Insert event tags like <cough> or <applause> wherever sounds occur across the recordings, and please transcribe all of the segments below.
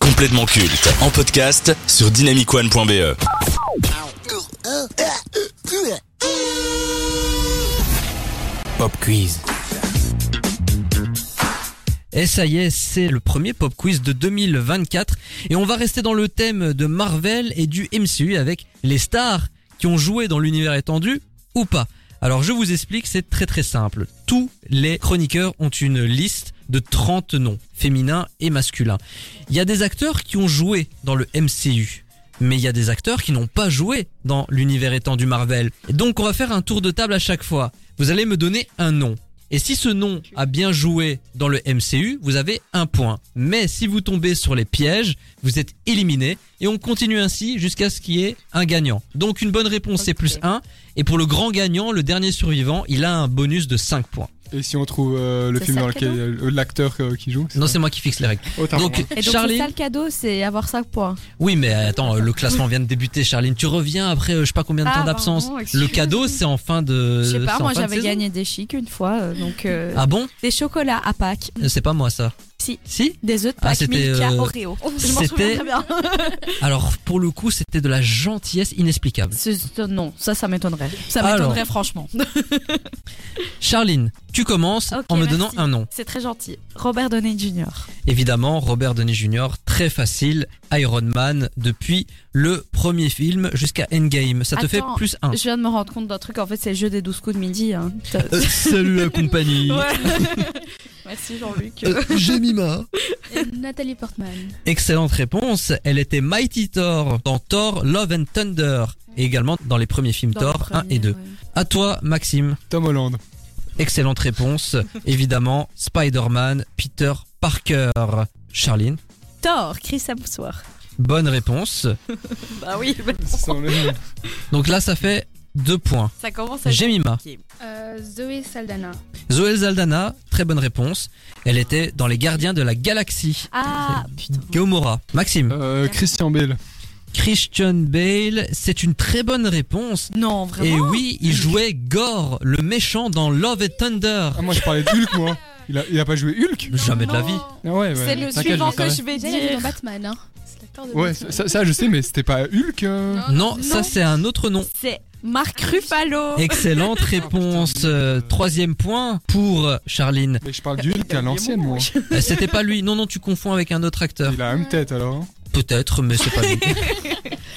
complètement culte en podcast sur dynamicone.be. Pop quiz. Et ça y est, c'est le premier pop quiz de 2024 et on va rester dans le thème de Marvel et du MCU avec les stars qui ont joué dans l'univers étendu ou pas. Alors je vous explique, c'est très très simple. Tous les chroniqueurs ont une liste de 30 noms, féminins et masculins. Il y a des acteurs qui ont joué dans le MCU, mais il y a des acteurs qui n'ont pas joué dans l'univers étendu Marvel. Et donc on va faire un tour de table à chaque fois. Vous allez me donner un nom. Et si ce nom a bien joué dans le MCU, vous avez un point. Mais si vous tombez sur les pièges, vous êtes éliminé et on continue ainsi jusqu'à ce qu'il y ait un gagnant. Donc une bonne réponse c'est plus 1 et pour le grand gagnant, le dernier survivant, il a un bonus de 5 points. Et si on trouve euh, le C'est film ça dans le lequel euh, l'acteur euh, qui joue Non, c'est moi qui fixe les règles. Oh, t'as Donc raison. Et donc, c'est Charlie, ça le cadeau, c'est avoir 5 points. oui mais attends, euh, le classement vient de débuter Charline, tu reviens après euh, je sais pas combien de Ah, temps pardon, d'absence. excuse-moi. Le cadeau c'est en fin de Je sais pas, Euh, c'est en moi fin de j'avais saison. gagné des chics une fois, euh, donc euh, Ah bon des chocolats à Pâques, C'est pas moi ça. Si. Si des œufs de Ah, Pâques, c'était, Milka, euh, Oreo. <laughs> Je m'en c'était- souviens très bien. Alors pour le coup, c'était de la gentillesse inexplicable. Ce- ce- euh, non, ça, ça m'étonnerait. Ça Alors. m'étonnerait franchement. Charline, tu commences Ok, en me merci. donnant un nom. <laughs> C'est très gentil. Robert Downey Jr. Évidemment, Robert Downey Jr., très facile, Iron Man depuis le premier film jusqu'à Endgame. Ça te Attends, fait plus un. Je viens de me rendre compte d'un truc, en fait, c'est le jeu des 12 coups de midi. <laughs> hein. Euh, <laughs> salut la compagnie. Merci Jean-Luc. Euh, Jemima. Nathalie Portman. Excellente réponse. Elle était Mighty Thor dans Thor Love and Thunder et également dans les premiers films Dans le Thor 1 et premier, 2. ouais. À toi, Maxime. Tom Holland. <laughs> <laughs> Excellente réponse. Évidemment, Spider-Man, Peter Parker. Charline, Thor, Chris Hemsworth. bonne réponse. Bah oui, <laughs> C'est ça, on est- Donc là, ça fait deux points. ça commence à Jemima. Euh, Zoé Saldana. Zoé Zaldana, très bonne réponse. Elle était dans Les Gardiens de la Galaxie. Ah, Gamora. Maxime. Euh, Christian Bale. Christian Bale, c'est une très bonne réponse. non, Et vraiment. oui, il jouait Gore, le méchant dans Love and Thunder. Ah, moi je parlais de Hulk, moi. Il a, il a pas joué Hulk Jamais de la vie. Non. Ah ouais, ouais. C'est le T'inquiète, suivant je le que je savais. vais Déjà, il est dans dire. Batman. Hein. C'est l'acteur de Ouais, Batman. ça, ça, je sais, mais c'était pas Hulk. euh. Non, Non. ça c'est un autre nom. C'est Marc Ruffalo. Excellente réponse. Euh, Troisième point pour Charline. Mais je parle du Hulk à l'ancienne, moi. Euh, C'était pas lui. Non, non, tu confonds avec un autre acteur. Il a la même tête alors. hein. Peut-être, mais c'est pas lui.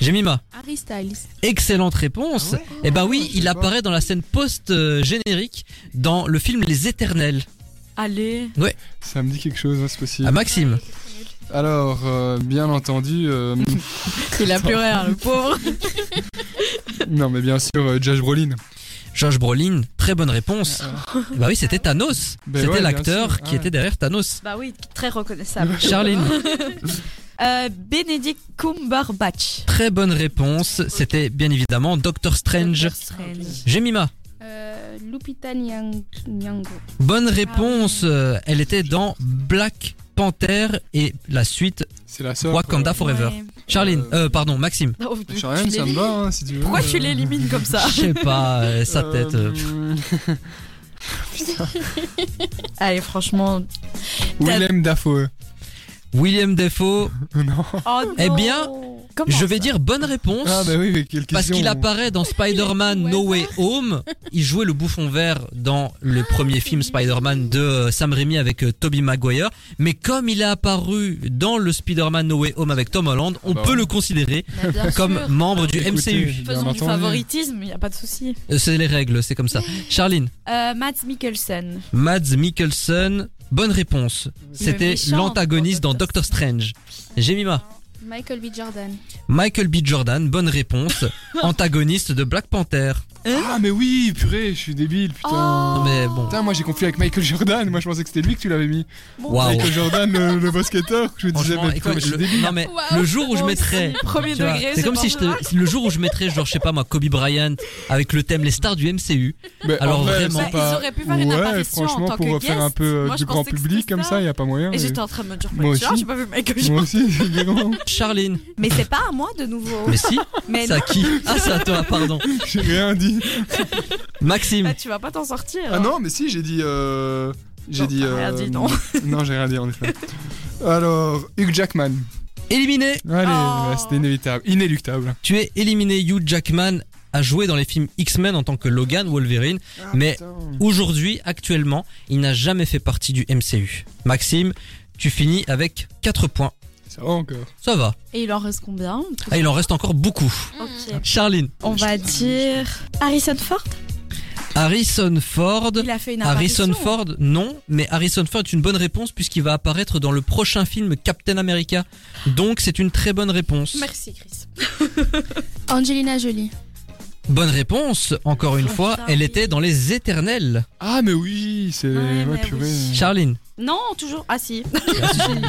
Jemima. Harry Styles. Excellente réponse. Ah ouais Eh ben oui, Je sais il pas. apparaît dans la scène post-générique dans le film Les Éternels. Allez. Ça me dit quelque chose, hein, c'est possible. À Maxime. Alors, euh, bien <laughs> entendu. euh, Il a plus rien, <laughs> le pauvre. non, mais bien sûr, euh, Josh Brolin. Josh Brolin, très bonne réponse. Bah oui, c'était Thanos. Ben C'était ouais, bien l'acteur sûr. qui Ouais. était derrière Thanos. Bah oui, très reconnaissable. Charline, Euh, Benedict Cumberbatch. très bonne réponse. C'était bien évidemment Doctor Strange. Doctor Strange. Jemima, Euh, Lupita Nyang- Nyong'o. bonne réponse. Euh, Elle était dans Black Panther et la suite C'est la sœur. Wakanda euh, Forever. Ouais. Charline, euh, pardon, Maxime. <laughs> Oh, tu- Sharon, tu ça me l'élimines. va, hein, si tu veux. Pourquoi euh. tu l'élimines comme ça Je sais pas, euh, sa Euh, tête. euh, <laughs> Allez, <laughs> franchement. Willem Dafoe. Willem Defoe, Non. Oh, Eh non. bien, Comment je vais dire bonne réponse. Ah, bah oui, mais quelle Parce question. qu'il apparaît dans Spider-Man No Way Home. Il jouait le bouffon vert dans le premier film Spider-Man de euh, Sam Raimi avec euh, Tobey Maguire. Mais comme il a apparu dans le Spider-Man No Way Home avec Tom Holland, on Bah peut ouais. le considérer Mais bien sûr. comme membre du Écoutez, MCU. bien Faisons du entendu. favoritisme, il n'y a pas de souci. Euh, C'est les règles, c'est comme ça. Charline, Euh, Mads Mikkelsen. Mads Mikkelsen, bonne réponse. C'était méchant l'antagoniste dans dans Doctor Strange. Jemima. Michael B. Jordan. Michael B. Jordan, bonne <laughs> réponse. Antagoniste de Black Panther. Ah, mais oui, purée, je suis débile, putain. Mais bon. Putain, moi j'ai confondu avec Michael Jordan. Moi je pensais que c'était lui que tu l'avais mis. Waouh. Michael Jordan, le, le basketteur. Je me disais, Franchement, mais putain, écoute, mais je suis le- débile. non, mais le jour où je Moi mettrais aussi, Premier Tu vois, degré, C'est comme si je parfait. te- le jour où je mettrais genre je sais pas moi Kobe Bryant avec le thème les stars du MCU. Mais Alors, en vrai, vraiment. Bah, c'est pas- ils auraient pu faire une ouais, apparition en franchement, tant pour que faire un guest. peu euh, Moi, du je grand pensais que public c'était comme ça. ça, il y a pas moyen. Et mais- j'étais en train de me dire, Moi bah, tiens, aussi. j'ai pas vu Michael Jordan. Moi aussi, <laughs> vraiment, Charline, Mais c'est pas à moi de nouveau. mais si, Mais c'est à qui Ah c'est à toi, pardon. j'ai rien dit. <laughs> Maxime, Là, tu vas pas t'en sortir. Ah non, mais si, j'ai dit. euh, J'ai Non, dit. t'as rien <laughs> euh, dit, non. non, j'ai rien dit en effet. Alors, Hugh Jackman. éliminé. Allez, Oh. ouais, c'était inévitable, inéluctable. Tu es éliminé. Hugh Jackman a joué dans les films X-Men en tant que Logan Wolverine, mais aujourd'hui, actuellement, il n'a jamais fait partie du MCU. Maxime, tu finis avec 4 points. Ça va encore. Ça va. Et il en reste combien Ah, il en reste encore beaucoup. Ok. Charline, On va dire Harrison Ford. Harrison Ford. Il a fait une apparition. Harrison Ford, non, mais Harrison Ford est une bonne réponse puisqu'il va apparaître dans le prochain film Captain America. Donc c'est une très bonne réponse. Merci, Chris. Angelina Jolie. Bonne réponse, encore une Oh, fois, putain, elle oui. était dans Les Éternels. Ah, mais oui, c'est. Ouais, Ouais, mais purée. oui. <laughs> Charline, Non, toujours. Ah si.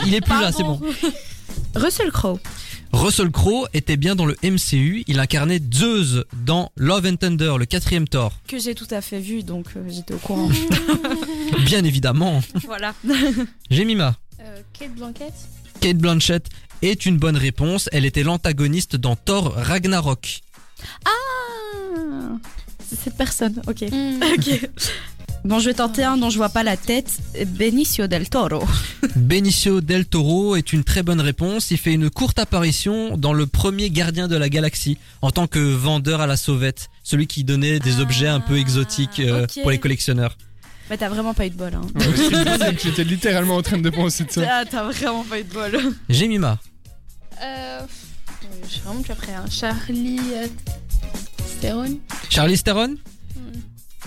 il est plus là, ah, c'est bon. <laughs> Russell Crowe. Russell Crowe était bien dans le MCU, il incarnait Zeus dans Love and Thunder, le quatrième Thor. Que j'ai tout à fait vu, donc euh, j'étais au courant. Bien évidemment. <laughs> voilà. Jemima, Euh, Kate Blanquette. Kate Blanchett est une bonne réponse, elle était l'antagoniste dans Thor Ragnarok. Ah, C'est cette personne, ok. Hmm. Ok. Bon, je vais tenter un dont je vois pas la tête. Benicio del Toro. Benicio del Toro est une très bonne réponse. Il fait une courte apparition dans le premier Gardien de la Galaxie en tant que vendeur à la sauvette, celui qui donnait des Ah, objets un peu exotiques euh, ok. pour les collectionneurs. Bah t'as vraiment pas eu de bol, hein. Ouais, c'est le deuxième que J'étais littéralement en train de penser <laughs> de ça. Ah, t'as vraiment pas eu de bol. <laughs> Jemima, Euh, je suis vraiment plus après. Hein. Charlie euh, Theron. Charlize Theron, hmm,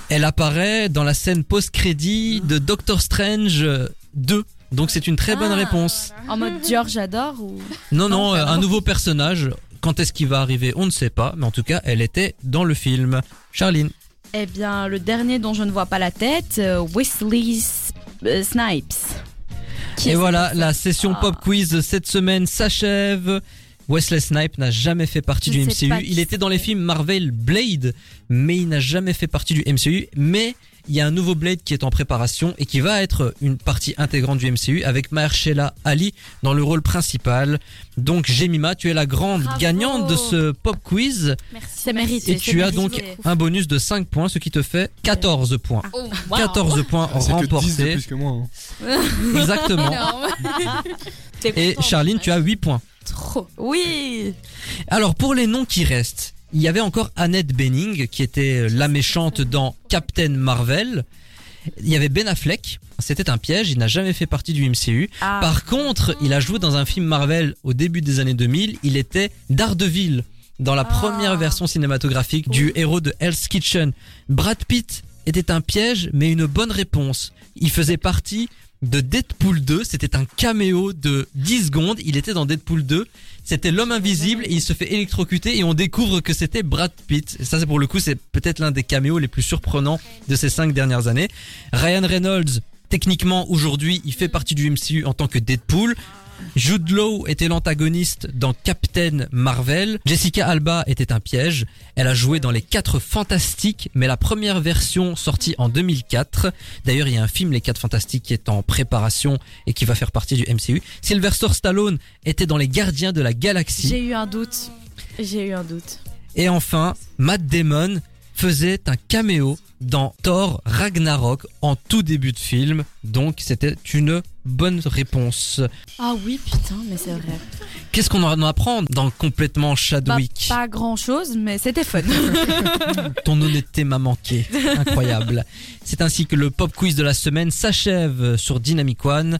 elle apparaît dans la scène post-crédit de Doctor Strange euh, 2. Donc c'est une très bonne Ah, réponse. En mode Dior, j'adore ou. Non, non, Non, euh, un non. nouveau personnage. Quand est-ce qu'il va arriver On ne sait pas, mais en tout cas, elle était dans le film. Charline, Eh bien, le dernier dont je ne vois pas la tête, euh, Wesley S- euh, Snipes. Qui Et est- voilà, la session Ah. pop quiz de cette semaine s'achève. Wesley Snipe n'a jamais fait partie Je du ne sais pas MCU. qui Il était dans les c'est. films Marvel Blade, mais il n'a jamais fait partie du MCU. Mais il y a un nouveau Blade qui est en préparation et qui va être une partie intégrante du MCU avec Mahershala Ali dans le rôle principal. Donc Jemima, tu es la grande Bravo. gagnante de ce pop quiz Merci. C'est mérité. et c'est tu as mérité. donc un bonus de 5 points, ce qui te fait 14 points. Ah. Oh, 14 points Ah, C'est que 10 de remportés. plus que moi. hein. Exactement. Et Charline, tu as 8 points. Trop. Oui. Alors pour les noms qui restent, il y avait encore Annette Bening qui était euh, la méchante dans Captain Marvel. Il y avait Ben Affleck, c'était un piège, il n'a jamais fait partie du MCU. Ah. Par contre, il a joué dans un film Marvel au début des années 2000, il était Daredevil dans la Ah. Oh. première version cinématographique du héros de Hell's Kitchen. Brad Pitt était un piège mais une bonne réponse. Il faisait partie de Deadpool 2, c'était un caméo de 10 secondes, il était dans Deadpool 2 c'était l'homme invisible et il se fait électrocuter et on découvre que c'était Brad Pitt. Et Ça, c'est pour le coup, c'est peut-être l'un des caméos les plus surprenants de ces cinq dernières années. Ryan Reynolds, techniquement, aujourd'hui, il fait partie du MCU en tant que Deadpool. Jude Law était l'antagoniste dans Captain Marvel. Jessica Alba était un piège. Elle a joué dans les 4 Fantastiques, mais la première version sortie en 2004. D'ailleurs, il y a un film Les 4 Fantastiques qui est en préparation et qui va faire partie du MCU. Sylvester Stallone était dans Les Gardiens de la Galaxie. J'ai eu un doute. J'ai eu un doute. Et enfin, Matt Damon faisait un caméo dans Thor Ragnarok en tout début de film. Donc, c'était une bonne réponse. Ah oui, putain, mais c'est vrai. Qu'est-ce qu'on en apprend dans Complètement Pas, Chadwick pas grand chose, mais c'était fun. Ton honnêteté m'a manqué. Incroyable. C'est ainsi que le pop quiz de la semaine s'achève sur Dynamic One.